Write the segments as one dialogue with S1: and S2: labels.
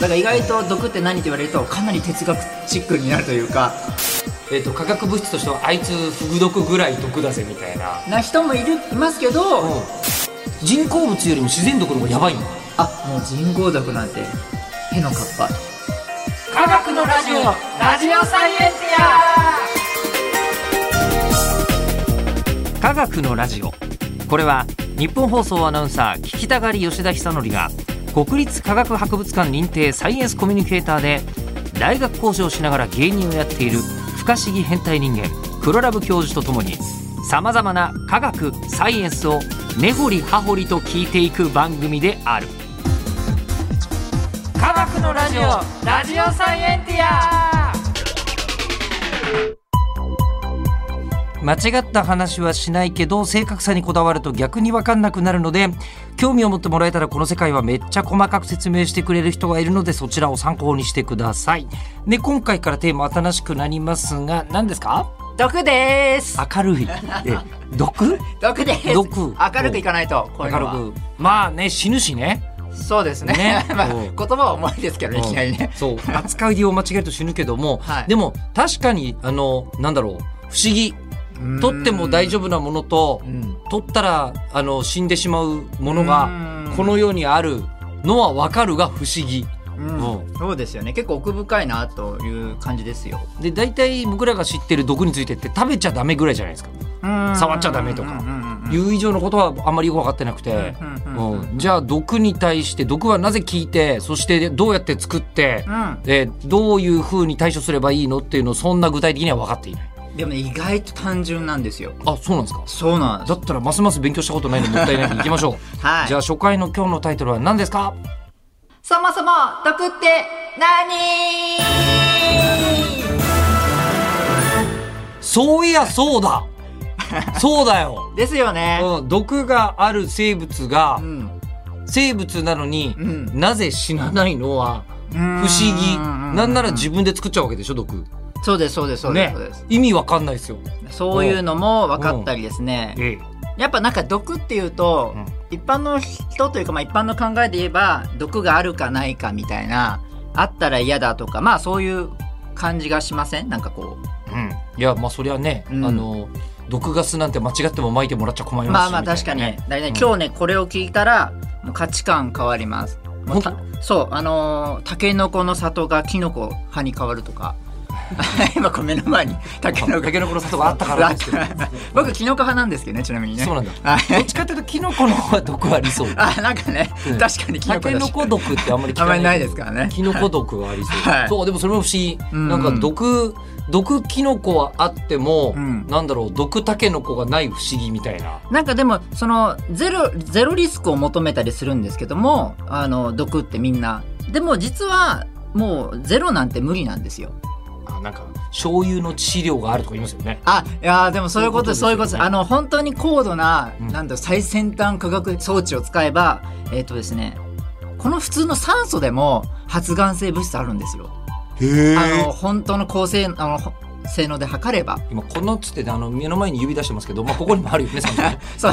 S1: だから意外と毒って何って言われるとかなり哲学チックになるというか
S2: えっと化学物質としてはあいつフグ毒ぐらい毒だぜみたいな
S1: な人もいるいますけど、
S2: 人工物よりも自然毒の方がやばいんだ
S1: あもう人工毒なんてへのかっぱ
S2: 科学のラジオラジオサイエンティア科学のラジオこれは日本放送アナウンサー聞きたがり吉田久典が国立科学博物館認定サイエンスコミュニケーターで大学講師をしながら芸人をやっている不可思議変態人間黒ラブ教授とともにさまざまな科学サイエンスを根掘り葉掘りと聞いていく番組である。科学のラジオラジオサイエンティア間違った話はしないけど正確さにこだわると逆に分かんなくなるので興味を持ってもらえたらこの世界はめっちゃ細かく説明してくれる人がいるのでそちらを参考にしてくださいで今回からテーマ新しくなりますが何ですか
S1: 毒です
S2: 明るいえ毒
S1: 毒です
S2: 毒
S1: 明るくいかないとこういう
S2: 明
S1: の
S2: る
S1: は
S2: くまあね死ぬしね
S1: そうですね
S2: ね
S1: まあ、
S2: うん
S1: 言葉は重いですけどねいきなりね
S2: う んそう扱いでを間違えると死ぬけども、
S1: はい
S2: でも確かにあのなんだろう不思議取っても大丈夫なものと
S1: うん
S2: 取ったらあの死んでしまうもの
S1: う
S2: が
S1: ん
S2: この世にあるのは分かるが不思議。
S1: うん
S2: う
S1: そうですよね結構奥深いなという感じですよ
S2: で大体僕らが知ってる毒についてって食べちゃダメぐらいじゃないですか、触っちゃダメとか
S1: うんうんうん
S2: いう以上のことはあんまりよく分かってなくて、
S1: うんうんうん
S2: うんじゃあ毒に対して毒はなぜ効いてそしてどうやって作って、えーどういうふうに対処すればいいのっていうのをそんな具体的には分かっていない。
S1: うんでもね意外と単純なんですよ
S2: あそうなんですか
S1: そうなんです
S2: だったらますます勉強したことないのでもったいないんで行きましょ う、
S1: はい
S2: じゃあ初回の今日のタイトルは何ですか
S1: そもそも毒って何
S2: そういやそうだそうだ よ、
S1: ですよね。
S2: うん、毒がある生物が
S1: うん。
S2: 生物なのに、
S1: うん
S2: なぜ死なないのは
S1: 不
S2: 不思議なんなら自分で作っちゃうわけでしょ毒
S1: そうですそうですそうです,、
S2: ね
S1: そうです。
S2: 意味わかんないですよ
S1: そういうのも分かったりですね。
S2: ええ
S1: やっぱなんか毒っていうと、
S2: うん
S1: 一般の人というかまあ一般の考えで言えば毒があるかないかみたいなあったら嫌だとかまあそういう感じがしませんなんかこう
S2: うんいやまあそりゃね、
S1: うん
S2: あの毒ガスなんて間違っても撒いてもらっちゃ困り
S1: まあ
S2: ますし
S1: まあ
S2: みたい
S1: 確かに、
S2: な
S1: だ
S2: ね
S1: いたい
S2: うん
S1: 今日ねこれを聞いたらもう価値観変わります。もうた
S2: 本
S1: そうあのー、タケノコの里がキノコ派に変わるとか 今こう目の前にタ ケノコ
S2: タケノコの里があったからなんですけど
S1: 僕キノコ派なんですけどねちなみにね
S2: そうなんだ
S1: はい
S2: どっちかというとキノコの方が毒ありそう
S1: あなんかね、
S2: うん
S1: 確かにキノ
S2: タ
S1: コ
S2: ケ
S1: だ
S2: ノ
S1: し
S2: コ毒ってあんまり聞
S1: あん
S2: かな
S1: ま
S2: い
S1: りないですからね
S2: キノコ毒はありそう、
S1: はい
S2: そうでもそれも不思議、
S1: うん
S2: なんか毒毒キノコはあっても、
S1: うん
S2: なんだろう毒タケノコがない不思議みたいな
S1: なんかでもそのゼロゼロリスクを求めたりするんですけどもあの毒ってみんなでも実はもうゼロなんて無理なんですよ
S2: あなんか醤油の致死量があるとか言いますよね
S1: あいやーでもそういうこと
S2: そ
S1: そうう
S2: い
S1: いうう
S2: こ
S1: ことと
S2: ですよね
S1: あの本当に高度な,、
S2: うん
S1: なんだろう最先端科学装置を使えばえっ、とですねこの普通の酸素でも発がん性物質あるんですよ。
S2: へ
S1: あの本当の高性あのほ性能で測れば
S2: 今このっつってあの目の前に指出してますけど、まあ、ここにもあるよ ね三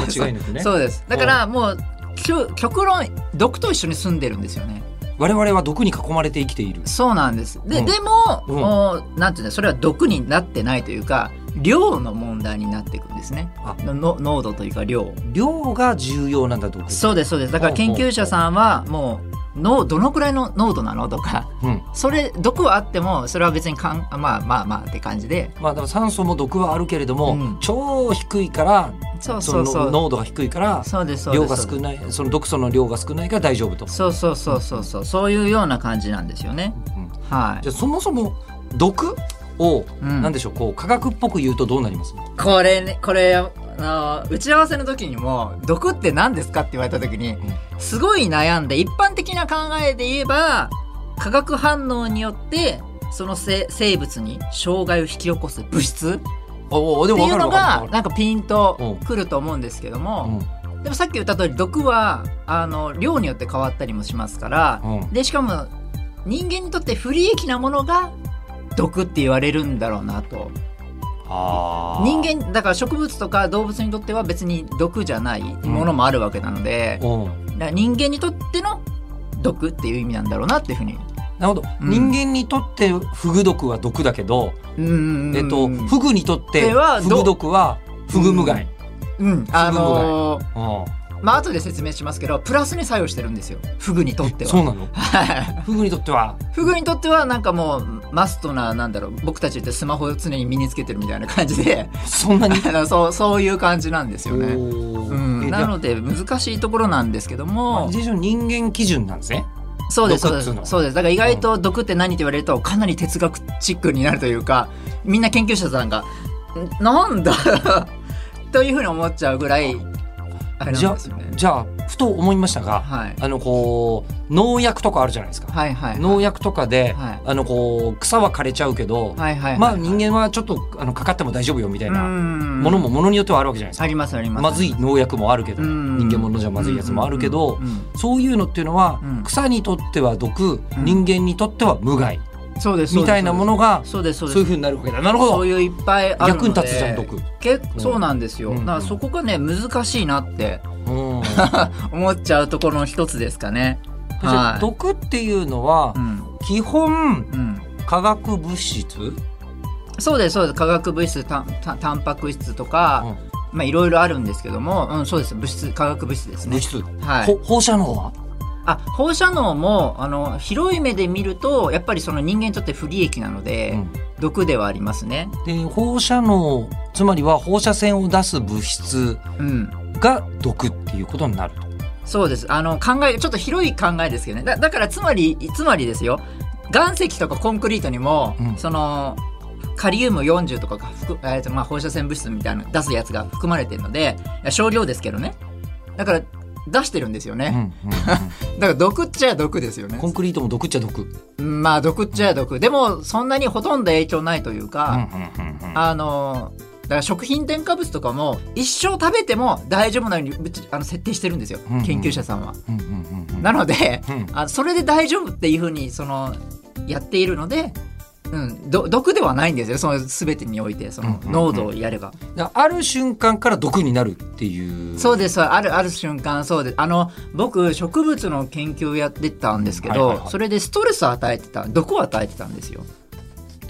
S1: そ
S2: 角
S1: うです
S2: 間違いなくね
S1: そうですだからもうきゅ極論毒と一緒に住んでるんですよね
S2: 我々は毒に囲まれて生きている
S1: そうなんですで、
S2: うん
S1: でも、
S2: うん
S1: おなんていうんだそれは毒になってないというか量の問題になっていくんですね
S2: あ
S1: のの濃度というか量
S2: 量が重要なんだ毒
S1: そうですそうですだから研究者さんはもうのどのくらいの濃度なのとか
S2: う、ん、
S1: それ毒はあってもそれは別にかんまあまあまあって感じで
S2: まあでも酸素も毒はあるけれども、
S1: うん
S2: 超低いから
S1: そうそうそ
S2: の
S1: う
S2: 濃度が低いから
S1: そうですそうです
S2: 量が少ないその毒素の量が少ないから大丈夫と、
S1: そうそうそうそうそうそういうような感じなんですよね
S2: うん
S1: はい
S2: じゃあそもそも毒を、
S1: うん
S2: なんでしょうこう科学っぽく言うとどうなります
S1: これねこれあの打ち合わせの時にも「毒って何ですか?」って言われた時にすごい悩んで一般的な考えで言えば化学反応によってそのせ生物に障害を引き起こす物質
S2: おおで
S1: って
S2: も
S1: い
S2: 分
S1: う
S2: か
S1: の
S2: る分か
S1: が
S2: る
S1: なんかピンと
S2: うん
S1: くると思うんですけども、
S2: 分か
S1: でもさっき言った通り毒はあの量によって変わったりもしますから、
S2: る、うんうん
S1: でしかも人間にとって不利益なものが毒って言われるんだろうなと
S2: あー
S1: 人間だから植物とか動物にとっては別に毒じゃないものもあるわけなので、
S2: うん
S1: だから人間にとっての毒っていう意味なんだろうなっていうふうに
S2: なるほど、
S1: うん
S2: 人間にとってフグ毒は毒だけど、
S1: うん
S2: えっと、フグにとって
S1: では
S2: フ
S1: ど
S2: グ毒はフグ無害、
S1: うんあのー
S2: あ
S1: まあ後で説明しますけどプラスに作用してるんですよフグにとって
S2: あ
S1: は
S2: そうなの
S1: はい
S2: フグにとっては
S1: フグにとってはなんかもうマストななんだろう僕たちってスマホを常に身につけてるみたいな感じで
S2: そんなに
S1: あのそうそういう感じなんですよね。う、
S2: うん
S1: なので難しいところなんですけども
S2: 人間基準なんですね。
S1: そうですそう
S2: 毒
S1: で
S2: っつうの
S1: すそうですだから意外と毒って何って言われるとかなり哲学チックになるというかみんな研究者さんが「んなんだ? 」 というふうに思っちゃうぐらいあれなん
S2: じゃ
S1: ですよね。
S2: じゃあふと思いましたが、
S1: はい、
S2: あのこう農薬とかあるじゃないですか。
S1: はいはい
S2: 農薬とかで、
S1: はい
S2: あのこう草は枯れちゃうけど、
S1: はいはい
S2: まあ人間はちょっとあのかかっても大丈夫よみたいなも
S1: も
S2: のもものによってはあるわけじゃないですか。
S1: ありますあります
S2: まずい農薬もあるけど、
S1: うん
S2: 人間ものじゃまずいやつもあるけ
S1: うん
S2: ど、
S1: うんうん
S2: そういうのっていうのは、
S1: うん
S2: 草にとっては毒、
S1: うん
S2: 人間にとっては無害
S1: うんそうです
S2: みたいなものが
S1: そうですそう
S2: そう
S1: ですそううです
S2: いふうになるわけだ。なるほど。
S1: そういういっぱいあるの
S2: 役
S1: で
S2: に立つじゃん毒。
S1: 結構そうなんですよ、
S2: うん
S1: だからそこがね難しいなって
S2: うん
S1: 思っちゃうところの一つですかね
S2: じゃあ
S1: はい
S2: 毒っていうのは
S1: うん
S2: 基本
S1: うん
S2: 化学物質
S1: そうですそうです化学物質たたタンパク質とか、まあいろいろあるんですけども、うん、そうです物質化学物質ですね
S2: 物質、
S1: はい
S2: ほ放射能は
S1: あ放射能もあの広い目で見るとやっぱりその人間にとって不利益なので、
S2: うん
S1: 毒ではありますね
S2: で放射能つまりは放射線を出す物質
S1: うん
S2: が毒っていうことになると。
S1: そうです。あの、考え、ちょっと広い考えですけどね。だだから、つまり、つまりですよ。岩石とかコンクリートにも、
S2: うん
S1: その、カリウム40とかが含、えーとまあ、放射線物質みたいなの出すやつが含まれてるので、いや少量ですけどね。だから、出してるんですよ
S2: うんう
S1: ね。
S2: ん
S1: だから、毒っちゃ毒ですよ
S2: う
S1: ね
S2: んコ。ンクリートも毒っちゃ毒。
S1: うんまあ、毒っちゃ毒。でも、そんなにほとんど影響ないという
S2: うんうん
S1: か、
S2: うんうん
S1: あの、だから食品添加物とかも一生食べても大丈夫なようにぶちあの設定してるんですよ、
S2: うんうん
S1: 研究者さんは。
S2: うんうんうんうん
S1: なので、
S2: うん
S1: あそれで大丈夫っていうふうにそのやっているので、うん、ど毒ではないんですよその全てにおいてそ
S2: うんう
S1: の
S2: んうん
S1: 濃度をやれば、
S2: だある瞬間から毒になるっていう。
S1: そう
S2: す。
S1: ですそうあるある瞬間そうですあの僕植物の研究をやってたんですけど、
S2: はいはいはい
S1: それでストレスを与えてた毒を与えてたんですよ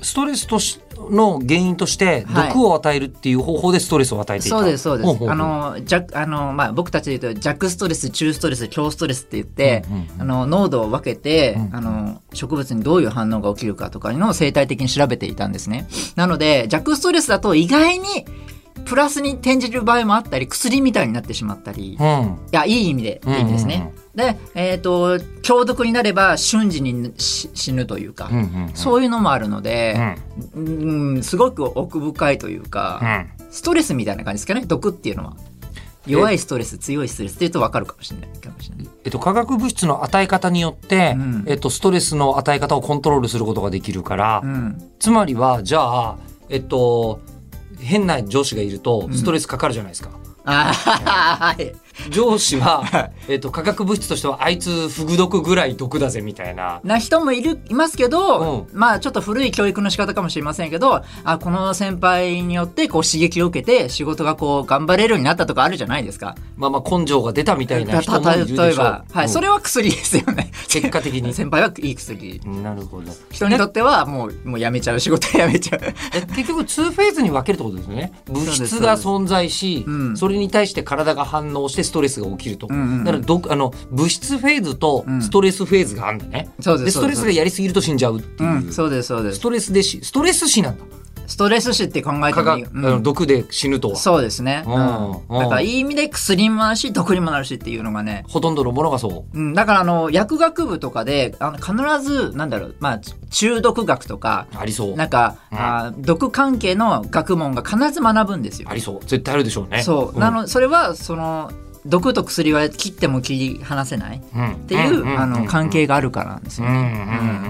S2: ストレスとしの原因として
S1: はい
S2: 毒を与えるっていう方法でストレスを与えていた。
S1: そうですそうです
S2: ほほ
S1: あの弱あの、まあ、僕たちで言うと弱ストレス中ストレス強ストレスって言って、
S2: うんうんうん
S1: あの濃度を分けて、
S2: うん
S1: あの植物にどういう反応が起きるかとかのを生態的に調べていたんですねなので弱ストレスだと意外にプラスに転じる場合もあったり薬みたいになってしまったり、い
S2: うん。
S1: やいい意味でいい意味ですね、で、えっと強毒になれば瞬時にし死ぬというか、
S2: うんうんうん
S1: そういうのもあるの
S2: う
S1: で、
S2: ん
S1: うん、すごく奥深いというか、
S2: うん
S1: ストレスみたいな感じですかね毒っていうのは弱いストレス強いストレスっていうと分かるかもしれないかもしれない
S2: えっと、化学物質の与え方によって、
S1: うん
S2: えっと、ストレスの与え方をコントロールすることができるから、
S1: うん
S2: つまりはじゃあ、えっと、変な上司がいると
S1: ん
S2: ストレスかかるじゃないですか。
S1: ああはい
S2: 上 司は、えっと、化学物質としてはあいつフグ毒ぐらい毒だぜみたいな。
S1: な人もいるいますけど、
S2: う
S1: まあちょっと古い教育の仕方かもしれませんけどあこの先輩によってこう刺激を受けて仕事がこう頑張れるようになったとかあるじゃないですか
S2: まあまあ根性が出たみたいな人もいるでしょう。
S1: 例えば、はい
S2: うん
S1: それは薬ですよね
S2: 結 果的に。
S1: 先輩はいい薬
S2: なるほど。
S1: 人にとってはもうもうやめちゃう仕事やめちゃう
S2: え結局2フェーズに分けるってことですね物
S1: そうです
S2: 質が存在しそ,、
S1: うん
S2: れに対して体が反応してストレスが起きると、
S1: んうんうん
S2: だからどあの物質フェーズと
S1: ん
S2: ストレスフェーズがあるんだね、
S1: そうです
S2: ス
S1: そう
S2: ト
S1: で
S2: レ
S1: す
S2: スがやりすぎると死んじゃうって
S1: う
S2: いう、
S1: んそうですそうで
S2: ス
S1: す
S2: トレスで死ストレス死なんだ
S1: ストレス死って考えて
S2: 化
S1: も
S2: 学
S1: いい、、
S2: あ
S1: う
S2: の
S1: ん
S2: 毒で死ぬとは
S1: そうですね。う
S2: うん
S1: ん。
S2: うん
S1: だからいい意味で薬にもなるし、毒にもなるしっていうのがね。
S2: ほとんどのものがそ
S1: うん、だからあの、薬学部とかで、あの、必ず、なんだろう、まあ、中毒学とか、
S2: うありそう
S1: なんか、
S2: うん
S1: あー毒関係の学問が必ず学ぶんですよ
S2: あ。りそう絶対あるでしょうね
S1: そう。
S2: ん
S1: なの、それは、その、毒と薬は切っても切り離せないっ
S2: うん
S1: ていう、
S2: んんん
S1: あの、関係があるからなんです
S2: うん
S1: よ
S2: う
S1: ね。
S2: ん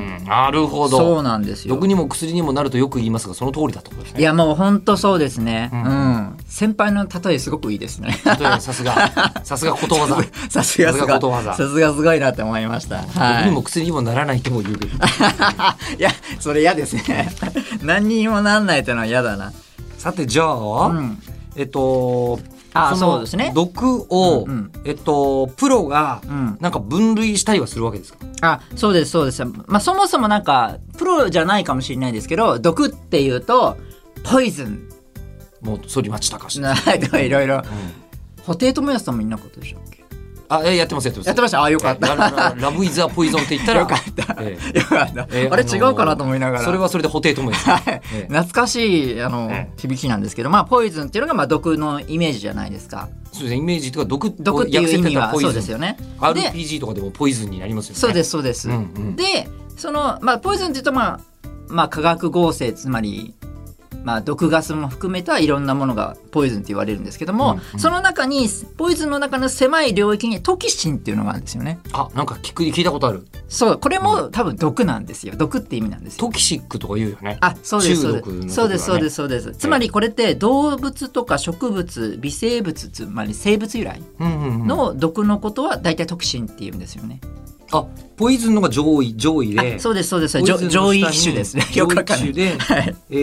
S2: うんなるほ
S1: そ
S2: ど
S1: うなんですよ
S2: 毒。にも薬にもなるとよく言いますがその通りだ とことです
S1: い
S2: ね
S1: や、もう本当そうですね。
S2: う
S1: うんん。先輩の例えすごくいいです ね。
S2: 例えばさすがさすがことわざ
S1: さすがす
S2: さすが
S1: が
S2: ことわざ
S1: さすがすごいなって思いました。は
S2: 僕
S1: い。
S2: にも薬にもならないとも言うけど
S1: いや、それ嫌ですね。 何にもなんないってのは嫌だな。
S2: さてじゃあ、
S1: うん。
S2: えっと
S1: あ
S2: の
S1: そうですね
S2: 毒を、
S1: うんうん
S2: えっとプロが
S1: うん。
S2: なんか分類したりはするわけですか
S1: あそうですそうです、まあ、そもそもなんかプロじゃないかもしれないですけど毒っていうとポイズン
S2: もう反町隆史で
S1: な
S2: す、
S1: とかいろいろ
S2: うん
S1: 布袋寅泰さんもいなかったでしたっけ
S2: あえやってますやってます
S1: やってましたあよかっ
S2: ラ
S1: た
S2: ラ ララブイズアポイゾンって言ったら
S1: よかった
S2: ええ
S1: よかった、
S2: えー
S1: あれ違
S2: あのー
S1: うかなと思いながら、
S2: それはそれで布袋寅 泰
S1: はい
S2: ええ
S1: 懐かしいあの、
S2: え
S1: 響きなんですけどまあポイズンっていうのがまあ毒のイメージじゃないですか
S2: そうですねイメージとか毒
S1: 毒っていう意味は
S2: ポイ
S1: そう
S2: ズ
S1: で
S2: ン
S1: すよねで
S2: RPG とかでもポイズンになりますよね、
S1: そうですすそうです、
S2: うんうん、
S1: でそのまあポイズンっていうとまあまあ化学合成つまりまあ毒ガスも含めたいろんなものがポイズンって言われるんですけども、
S2: うんうん
S1: その中にポイズンの中の狭い領域にトキシンっていうのがあるんですよね
S2: あなんか聞く聞いたことある
S1: そうこれも多分毒なんですよ毒って意味なんですよ
S2: トキシックとか言うよね
S1: あそうですそう
S2: 中
S1: で
S2: 毒
S1: す、
S2: の時はね
S1: そうですそうですそうですつまりこれって動物とか植物微生物つまり生物由来
S2: うんうんうん
S1: の毒のことは大体トキシンって言うんですよね、
S2: あポイズンのが上位上位で
S1: あそうですそうです
S2: ポイズン
S1: 上
S2: の
S1: 上位
S2: 下に
S1: 機種ですね
S2: 上
S1: よく
S2: 位
S1: わかん
S2: 機
S1: ない
S2: 種 で
S1: はい
S2: え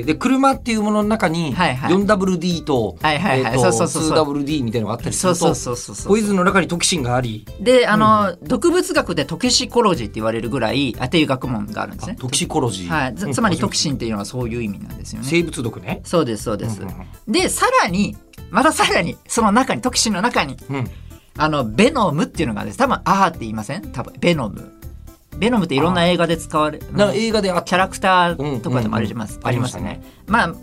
S2: ーで車っていうものの中に
S1: はいはい
S2: 4WD と
S1: はいはいはい
S2: えー
S1: そう
S2: と
S1: そうそうそう
S2: 2WD みたいなのがあったりす
S1: そう
S2: る
S1: そう
S2: と
S1: そうそうそう
S2: ポイズンの中にトキシンがあり
S1: であの、毒物学でトキシコロジーって言われるぐらいあていう学問があるんです
S2: あ
S1: ね
S2: トキシコロジー
S1: はい、つ
S2: うん
S1: つまりトキシンっていうのはそういう意味なんですよね
S2: 生物毒ね
S1: そうですそうです、
S2: うんうん
S1: でさらにまたさらにその中にトキシンの中に
S2: うん
S1: あのベノムっていうのがあるんです多分あーって言いません多分ベノムベノムっていろんな映画で使われる
S2: なんか映画であっ
S1: キャラクターとかでもあり
S2: うんうん
S1: ま
S2: う
S1: す、
S2: ん
S1: ありますねまあ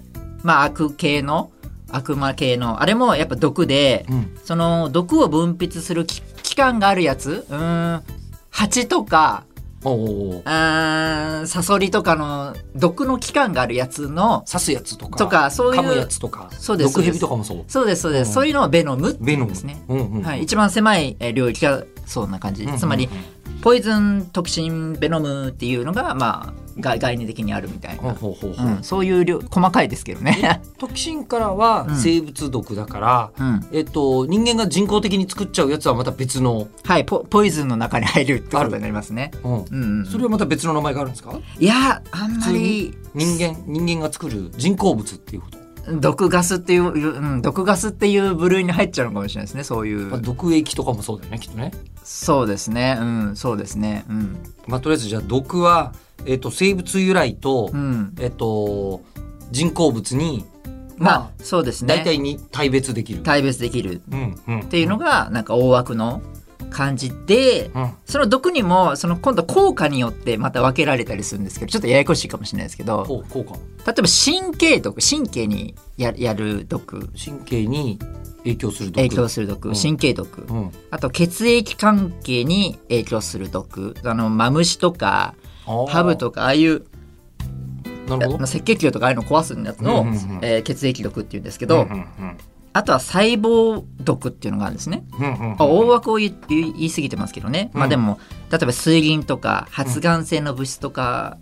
S1: まあ悪系の悪魔系のあれもやっぱ毒で、
S2: うん
S1: その毒を分泌するき器官があるやつうーん蜂とか
S2: おうおうおう
S1: うーんサソリとかの毒の器官があるやつの
S2: 刺すやつとか
S1: とかそういう
S2: 噛むやつとか
S1: そうです
S2: 毒蛇とかもそう
S1: そうですそうです、
S2: うん
S1: そういうのをベノムって
S2: ベ
S1: い
S2: ノ
S1: うん
S2: ム
S1: ですね、
S2: うんうん
S1: はい、一番狭いえー領域がそんな感じ、つまりポイズントキシンベノムっていうのがまあが概念的にあるみたい
S2: うんうんうん
S1: な、
S2: ほうほうほ
S1: う
S2: うん
S1: そういう量細かいですけどね、
S2: トキシンからは
S1: うん
S2: 生物毒だから、
S1: うん、
S2: えっと、人間が人工的に作っちゃうやつはまた別の、
S1: はいポポイズンの中に入るってことになりますね、
S2: うん
S1: うんうんうん、
S2: それはまた別の名前があるんですか
S1: いやあんまり
S2: 人間人間が作る人工物っていうこと、
S1: 毒ガスっていう、うん、毒ガスっていう部類に入っちゃうのかもしれないですねそうい
S2: まあ、
S1: う
S2: 毒液とかもそうだよねきっとね、
S1: そうですねうんそうですねうん
S2: まあ、とりあえずじゃあ毒は、えっと、生物由来と、
S1: うん
S2: えっと、人工物に
S1: まあ、
S2: ま
S1: そうですね
S2: 大体に大別できる、
S1: 大別できるっ
S2: うんうん、って
S1: いうのがなんか大枠の感じで、
S2: うん、
S1: その毒にもその今度効果によってまた分けられたりするんですけどちょっとややこしいかもしれないですけど
S2: こうこうか
S1: 例えば神経毒神経にややる毒
S2: 神経に影響する毒
S1: 影響する毒
S2: うん
S1: 神経毒
S2: うん、
S1: あと血液関係に影響する毒あのマムシとかハブとかああいう
S2: かなるほど
S1: 赤血球とかああいうの壊すやつの、
S2: うんうんうん
S1: えー血液毒っていうんですけど、
S2: うんうん
S1: あとは細胞毒っていうのがあるんですね。
S2: うんうんうん
S1: あ大枠を言い言い言い過ぎてますけどね、ま
S2: う
S1: あ
S2: ん
S1: でも例えば水銀とか発がん性の物質とか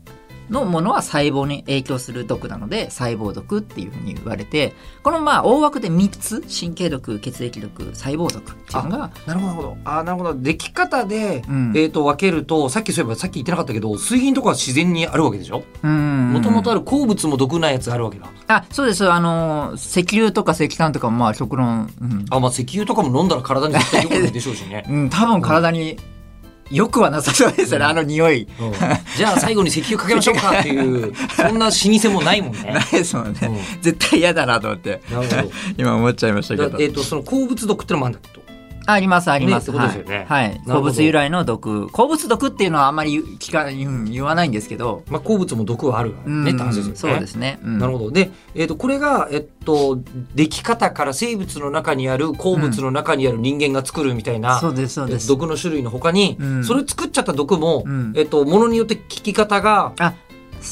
S1: のものは細胞に影響する毒なので細胞毒っていうふうに言われてこのまあ大枠で3つ神経毒血液毒細胞毒っていうのが
S2: なるほどなるほどあなるほどでき方で、
S1: うん
S2: えー、と分けるとさっきそういえばさっき言ってなかったけど水銀とかは自然にあるわけでしょも
S1: も
S2: ともとあ
S1: る
S2: る鉱物も毒なやつがあるわけだ
S1: あそうですあの石油とか石炭とかもまあ極論、うん、
S2: あまあ石油とかも飲んだら体に絶対良くないでしょうしね
S1: うん、多分体によくはなさそうですよね、
S2: うん
S1: あの匂い。
S2: うんじゃあ最後に石油かけましょうかっていうそんな老舗もないもんね
S1: ないですもん
S2: うん
S1: ね。絶対嫌だなと思って、
S2: なるほど
S1: 今思っちゃいましたけ
S2: だ
S1: ど
S2: え。ー、とその鉱物毒ってのもあるんだけど
S1: ありますあります。
S2: ねってことですよね
S1: はい。は
S2: なる
S1: い
S2: ほど
S1: 鉱物由来の毒。鉱物毒っていうのはあんまり聞か、うん言わないんですけど。
S2: まあ、鉱物も毒はあるわ
S1: うん
S2: ねって話ですよね。
S1: そうですね。
S2: なる
S1: ほ
S2: ほど。で、えっ、と、これが、えっと、でき方から生物の中にある、鉱物の中にある人間が作るみたいな、
S1: そうですそう
S2: え
S1: で
S2: っと
S1: す。
S2: 毒の種類の他に、
S1: うん
S2: それ作っちゃった毒も、
S1: うん
S2: えっと、ものによって効き方が、
S1: あ、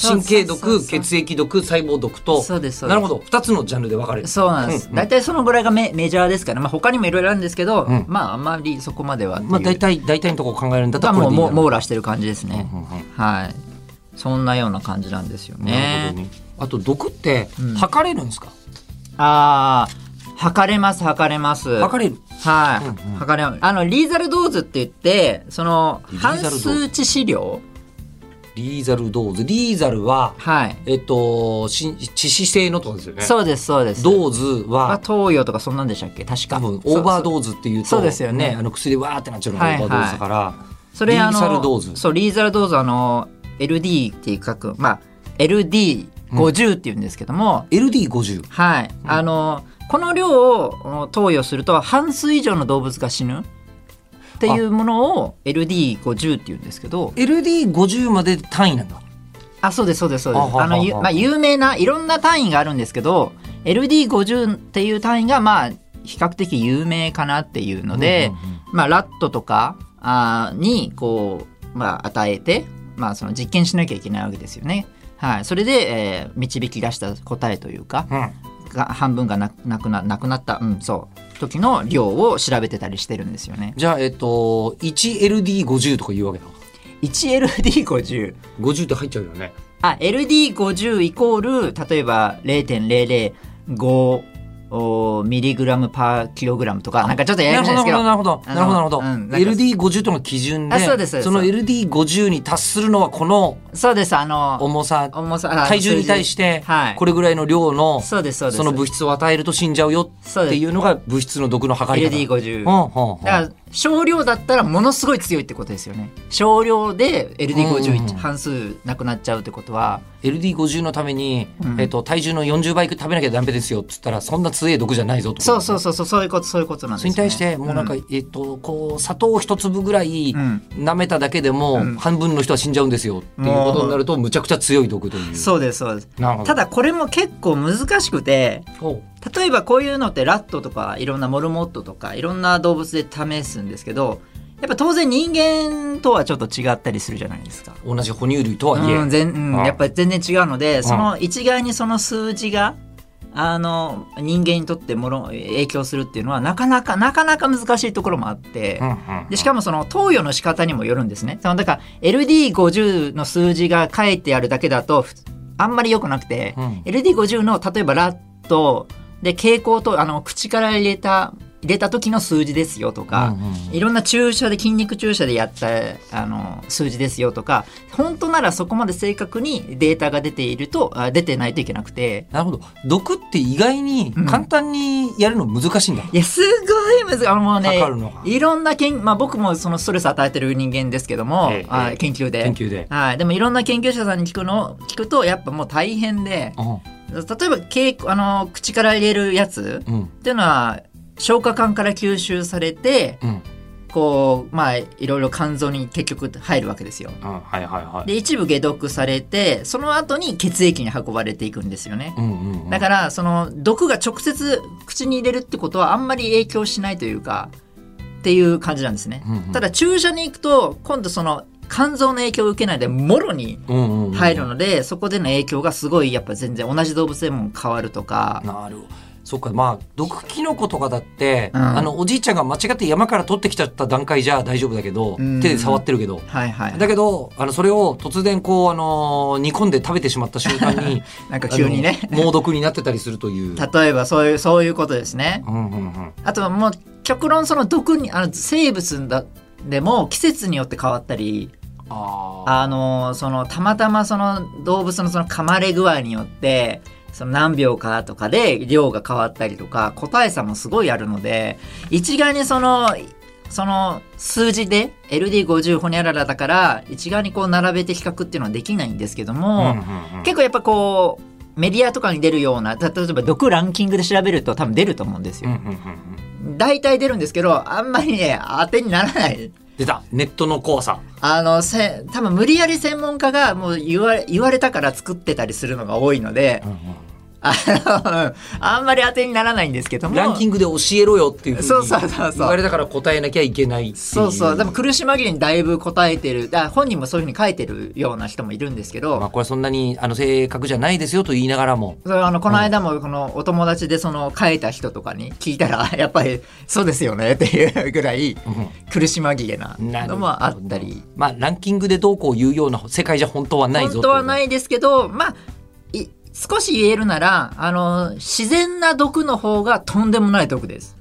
S2: 神経
S1: そう
S2: 毒、
S1: そうそう
S2: 血液毒、細胞毒と、
S1: そうですそうです
S2: なるほど。二つのジャンルで分かれる。
S1: そうなんです
S2: う。ん
S1: 大体そのぐらいがメメジャーですから、まあ他にもいろいろあるんですけど
S2: うん、
S1: まああんまりそこまではっていう。
S2: まあ、大体、大体のところ考えるんだった
S1: まあ
S2: ら、これ
S1: もう
S2: でいいん
S1: も
S2: だ
S1: う網
S2: ろう
S1: 羅してる感じですね
S2: う。んうんうん
S1: はい。そんなような感じなんですよ
S2: なる
S1: ね
S2: ほ。どね。あと、毒って
S1: うん、
S2: 測れるんですか、
S1: ああ、測れます、測れます。
S2: 測れる。
S1: はい、
S2: うんうん
S1: 測れます。あの、リーザルドーズって言って、その、
S2: リーザ
S1: 半
S2: ルドーズ
S1: 数値資料
S2: リーザルドーズ。リーザルは、
S1: はい。
S2: えっと、し致死性のとかですよね。
S1: そうです、そうです。
S2: ドーズ
S1: あ
S2: は
S1: 東洋とかそんなんでしたっけ確か。
S2: 多分オーバー
S1: ー
S2: ドーズっていうと
S1: そうですよね
S2: あの薬でわーってなっちゃうの
S1: は
S2: がオ
S1: い
S2: ーバードーズだから、
S1: それあの
S2: リーザルドーズ
S1: そうリーザルドーズあの LD っていう書くまあ LD50 っていうんですけども、
S2: LD50
S1: はい、あのこの量を投与すると半数以上の動物が死ぬっていうものを LD50 っていうんですけど
S2: LD50 まで単位なんだ
S1: あそうですそうですそうで
S2: あは
S1: す
S2: は
S1: あのゆまあ有名ないろんな単位があるんですけど LD50 っていう単位がまあ比較的有名かなっていうので、
S2: うんうんうん
S1: まあ、ラットとかあーにこう、まあ、与えて、まあ、その実験しなきゃいけないわけですよね。はい、それで、えー導き出した答えというか、
S2: うん
S1: が半分がななくななくなった、うん、そう時の量を調べてたりしてるんですよね。
S2: じゃあえっと 1LD50 とか言うわけだ
S1: 1LD50
S2: 50って入っちゃうよね
S1: あ LD50 イコール例えば0.005ミリグラムパーキログラムとかなんかちょっとやや
S2: な
S1: こ
S2: る
S1: しい
S2: ほ
S1: です
S2: ど
S1: けど
S2: なるほどなるほどなるほど、
S1: あのうんなんか
S2: LD50 との基準で
S1: あそうですそうです
S2: その LD50 に達するのはこの
S1: そうですあの
S2: 重さ
S1: 重さあ
S2: 体重に対して
S1: 数字はい
S2: これぐらいの量のそ
S1: そうですそうです
S2: の物質を与えると死んじゃうよ
S1: そう
S2: って
S1: で
S2: い
S1: す
S2: うのが物質の毒の測り方
S1: LD50
S2: ほんほんほん
S1: だから少量だったらものすごい強いってことですよね少量で
S2: うんうん
S1: LD50 半数なくなっちゃうってことは
S2: LD50 のために、えっと体重の40倍食べなきゃダメですよっつったらそんな強い毒じゃないぞと
S1: そうそうそうそうそういうことそういうことなんです
S2: そ
S1: よ
S2: れ
S1: ね
S2: に対してもうなんか、えっとこう砂糖一粒ぐらい
S1: ん
S2: 舐めただけでも、半分の人は死んじゃうんですよっていうことになるとむちゃくちゃ強い毒という
S1: そうですそうです
S2: なるほど
S1: ただこれも結構難しくて
S2: ほう
S1: 例えばこういうのってラットとかいろんなモルモットとかいろんな動物で試すんですけどやっぱ当然人間とはちょっと違ったりするじゃないですか。
S2: 同じ哺乳類とはいえ、
S1: うん全うん
S2: ああ
S1: やっぱり全然違うのでその一概にその数字があの人間にとってもろ影響するっていうのはなかなかなかなか難しいところもあって。でしかもその投与の仕方にもよるんですね。そのだから LD50 の数字が書いてあるだけだとふあんまり良くなくて、
S2: うん
S1: LD50 の例えばラットで蛍光とあの口から入れた入れた時の数字ですよとか、
S2: うんうんうん
S1: いろんな注射で筋肉注射でやったあの数字ですよとか本当ならそこまで正確にデータが出ているとあ出てないといけなくて。
S2: なるほど毒って意外に簡単にやるの難しいんだ、
S1: いやすごい難しいあのもうね
S2: かかるのが
S1: いろんな研、まあ、僕もそのストレス与えてる人間ですけども、
S2: ええ
S1: あ
S2: ええ
S1: 研究で
S2: 研究で、
S1: はい、でもいろんな研究者さんに聞くの聞くとやっぱもう大変で
S2: う
S1: 例えばけいあの口から入れるやつ
S2: んうん
S1: っていうのは消化管から吸収されて
S2: うん
S1: こうまあいろいろ肝臓に結局入るわけですよ。
S2: うんはいはいは
S1: で一部解毒されてその後に血液に運ばれていくんですよね。
S2: うんうんうん
S1: だからその毒が直接口に入れるってことはあんまり影響しないというかっていう感じなんですね。
S2: うんうん
S1: ただ注射に行くと今度その肝臓の影響を受けないでもろに
S2: うんうんうん
S1: 入るので、そこでの影響がすごいやっぱ全然同じ動物でも変わるとか
S2: なるほどそっかまあ毒キノコとかだって、
S1: うん
S2: あのおじいちゃんが間違って山から取ってきちゃった段階じゃ大丈夫だけど、
S1: うん
S2: 手で触ってるけど。
S1: はいはい
S2: だけどあのそれを突然こう、あのー煮込んで食べてしまった瞬間に
S1: なんか急にね
S2: あの猛毒になってたりすると いう。
S1: 例えばそういうそういうことですね
S2: うんうんうん
S1: あとはもう極論その毒にあの生物だでも季節によって変わったり
S2: あー
S1: あのそのたまたまその動物のその噛まれ具合によってその何秒かとかで量が変わったりとか個体差もすごいあるので一概にそのその数字で LD50 ホニャララだから一概にこう並べて比較っていうのはできないんですけど
S2: うんう
S1: も、
S2: んうん
S1: 結構やっぱこうメディアとかに出るようなた例えば毒ランキングで調べると多分出ると思うんです
S2: うん
S1: よ。
S2: うんうんうん
S1: 大体出るんですけどあんまりね当てにならない
S2: 出たネットの怖さ。
S1: あのせ多分無理やり専門家がもう言われ言われたから作ってたりするのが多いのであの あんまり当てにならないんですけども
S2: ランキングで教えろよっていうふ
S1: そううそうそうそう
S2: に言われたから答えなきゃいけないっていう
S1: そうそうでも苦し紛れにだいぶ答えてるだ本人もそういうふうに書いてるような人もいるんですけ
S2: まあ
S1: ど
S2: これそんなにあの正確じゃないですよと言いながらも。
S1: それあのこの間もこのお友達でその書いた人とかに聞いたら やっぱりそうですよねっていうぐらい苦し紛れなのもあったり。
S2: まあランキングでどうこう言うような世界じゃ本当はないぞ。
S1: 本当はないいですけどまあい少し言えるならあの自然な毒の方がとんでもない毒です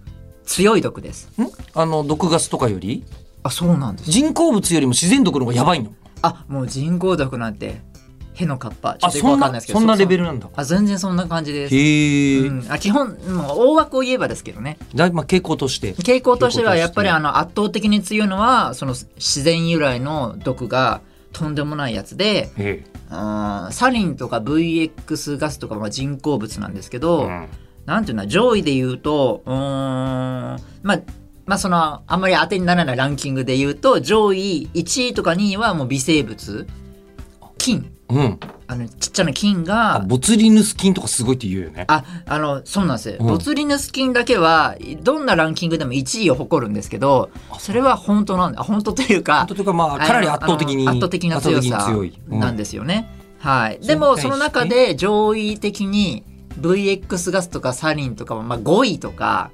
S1: 強い毒です
S2: んあの毒ガスとかより
S1: あそうなんです
S2: 人工物よりも自然毒の方がやばいの。
S1: あもう人工毒なんてへのかっぱちょ
S2: あ
S1: っとよく
S2: そ
S1: わ
S2: ん
S1: かんない
S2: な
S1: ですけど
S2: そんなレベルなんだ
S1: あ全然そんな感じです、
S2: へえ、
S1: うん、あ基本もう大枠を言えばですけどね
S2: だまあ傾向として
S1: 傾向としてはやっぱり
S2: 傾向として
S1: あの圧倒的に強いのはその自然由来の毒がとんでもないやつで
S3: え
S1: うんサリンとか VX ガスとかは人工物なんですけ
S3: え
S1: ど、
S3: うん
S1: なんていうの上位で言うとうーんまあまあそのあんまり当てにならないランキングで言うと上位1位とか2位はもう微生物菌
S2: うん
S1: あのちっちゃな菌
S2: あ
S1: が
S2: ボツリヌス菌とかすごいって言うよね
S1: ああのそうなんですよ、
S2: うん
S1: ボツリヌス菌だけはどんなランキングでも1位を誇るんですけどそれは本当なんだあ本当という
S2: あ
S1: か
S2: というかまあかなり圧倒的に
S1: あの圧倒的な強
S2: 圧
S1: さ
S2: 倒的に強い
S1: なん
S2: で、
S1: ですよね。はい、
S2: それ
S1: で
S2: に対して
S1: もその中で上位的に VX ガスとかサリンとかはまあ5位とか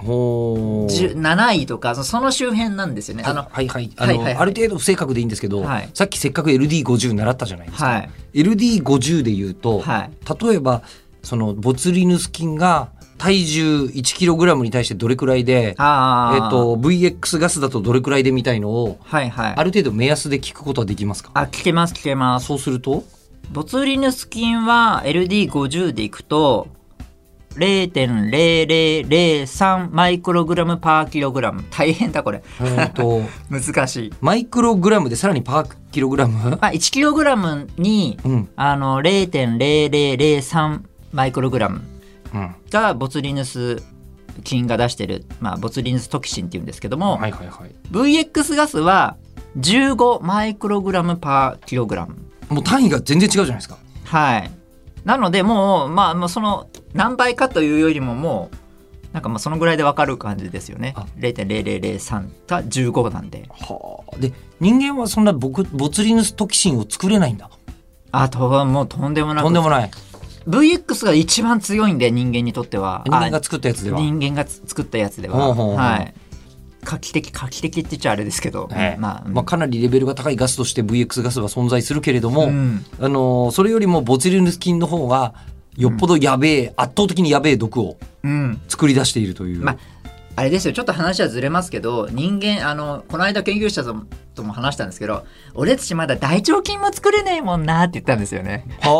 S2: うんほー
S1: 10 7位とかそその周辺なんですよね。あの
S2: はいはいあ
S1: は
S2: の、
S1: いはいはい
S2: ある程度不正確でいいんですけど、
S1: はい
S2: さっきせっかく LD50 習ったじゃないですか、
S1: はい
S2: LD50 で言うと、
S1: はい
S2: 例えばそのボツリヌス菌が体重 1kg に対してどれくらいで、
S1: あ
S2: え
S1: ー
S2: っと VX ガスだとどれくらいでみたいのを
S1: はいはい
S2: ある程度目安で聞くことはできますか
S1: あ聞けます聞けます。
S2: そうす ると
S1: ボツリヌス菌は LD50 でいくと0.0003マイクログラムパーキログラム大変だこれ
S2: えっと
S1: 難しい。
S2: マイクログラムでさらにパーキログラム
S1: まあ、1キログラムに
S2: うん
S1: あの0.0003マイクログラム
S2: うん
S1: がボツリヌス菌が出してる、まあ、ボツリヌストキシンっていうんですけども、
S2: はいはいはい
S1: VX ガスは15マイクログラムパーキログラム
S2: もう単位が全然違うじゃないですか
S1: はいなのでもうまあもうその何倍かというよりももうなんかまあそのぐらいで分かる感じですよね
S2: あ
S1: 0.0003が15なんで
S2: はあで人間はそんなボクボツリヌストキシンを作れないんだ
S1: あとはもうとんでもなく
S2: とんでもない
S1: VX が一番強いんで人間にとっては
S2: 人
S1: あ
S2: 間が作ったやつでは
S1: 人間がつ作ったやつで
S2: ほう
S1: は、
S2: ほうほう
S1: はい、画期的画期的って言っちゃあれですけど、
S2: ええ
S1: まあ、うん
S2: まあ、かなりレベルが高いガスとして VX ガスは存在するけれども、
S1: うん
S2: あのーそれよりもボツリヌス菌の方がよっぽどやべえ、圧倒的にやべえ毒を
S1: うん、
S2: 作り出しているという、
S1: まああれですよちょっと話はずれますけど人間あのこの間研究者ともとも話したんですけど俺たちまだ大腸菌も作れねえもんなって言ったんですよね。
S2: は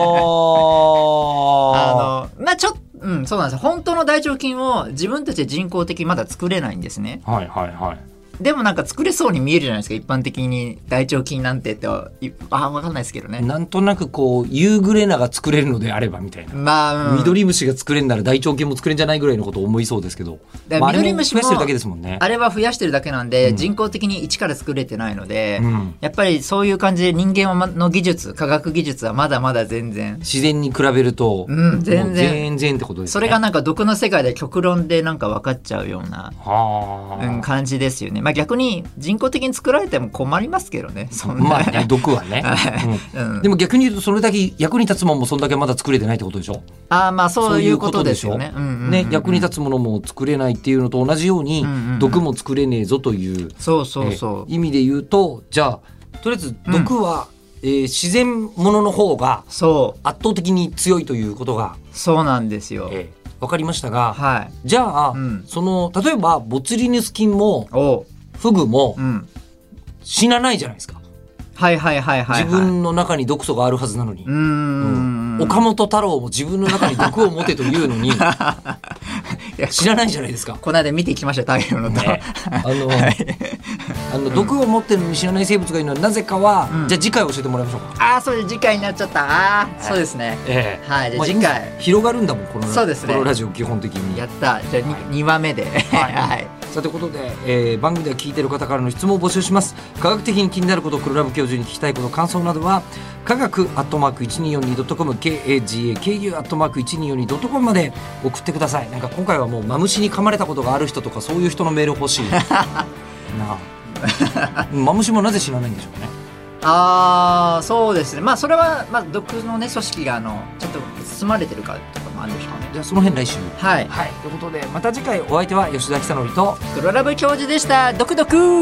S2: あ
S1: あのまあちょっとうん、そうなんです本当の大腸菌を自分たちで人工的にまだ作れないんですね
S3: はいはいはい
S1: でもなんか作れそうに見えるじゃないですか一般的に大腸菌なんてっていあ分かんないですけどね
S2: なんとなくこう夕暮れ菜が作れるのであればみたいな、
S1: まあ、うん、
S2: 緑虫が作れんなら大腸菌も作れんじゃないぐらいのことを思いそうですけど、
S1: だから
S2: まあ、あれ
S1: 緑虫も
S2: 増やしてるだけですもんね
S1: あれは増やしてるだけなんで、
S2: うん
S1: 人工的に一から作れてないので、
S2: うん
S1: やっぱりそういう感じで人間はまの技術科学技術はまだまだ全然
S2: 自然に比べると、
S1: うん全然
S2: もう全然ってことですね
S1: それがなんか毒の世界で極論でなんか分かっちゃうような、
S2: はあ、
S1: うん、感じですよね、まあ、逆に人工的に作られても困りますけどねそんな、
S2: まあね、毒は ね、
S1: うん
S2: うんでも逆に言うとそれだけ役に立つもんもそんだけまだ作れてないってことでしょ、
S1: ああまあそういうことですよね。
S2: そういうことでしょね役に
S1: 立
S2: 立つものも作れないっていうのと同じように、
S1: うんうんうん
S2: 毒も作れねえぞという
S1: そうそうそう
S2: えー意味で言うとじゃあとりあえず毒は、えー自然ものの方が
S1: そう
S2: 圧倒的に強いということが、
S1: そうなんですよ。
S2: えー分かりましたが、
S1: はい。
S2: じゃあ、
S1: うん
S2: その例えばボツリヌス菌も
S1: おう
S2: フグも
S1: うん。
S2: 死なないじゃないですか、
S1: はいはいはいはい、はい。
S2: 自分の中に毒素があるはずなのに。
S1: うーん。
S2: 岡本太郎も自分の中に毒を持てとい うのに
S1: や
S2: 知らないじゃないですか。
S1: この間見てきました太陽の塔、
S2: ねあの、あの毒を持ってるのに知らない生物がいるのはなぜかは、
S1: うん
S2: じゃあ次回教えてもらいましょう か。
S1: ああそれ次回になっちゃったあーそうですね
S2: え
S1: はいじゃあ次回
S2: 広がるんだもんこの
S1: そうですね
S2: このラジオ基本的に。
S1: やったじゃあ 2, 話目で はい、
S2: さてことで、えー番組では聞いてる方からの質問を募集します科学的に気になること黒ラブ教授に聞きたいこと感想などは科学アットマーク 1242.com kagaku アットマーク 1242.com まで送ってくださいなんか今回はもうマムシに噛まれたことがある人とかそういう人のメール欲しいなあマムシもなぜ死なないんでしょうね
S1: ああそうですねまあそれは、まあ、毒のね組織があのちょっと包まれてるかとかもあるんでしょうね
S2: じゃあその辺来週
S1: はい
S2: はいということでまた次回お相手は吉田久典と
S1: 黒ラブ教授でしたドクドク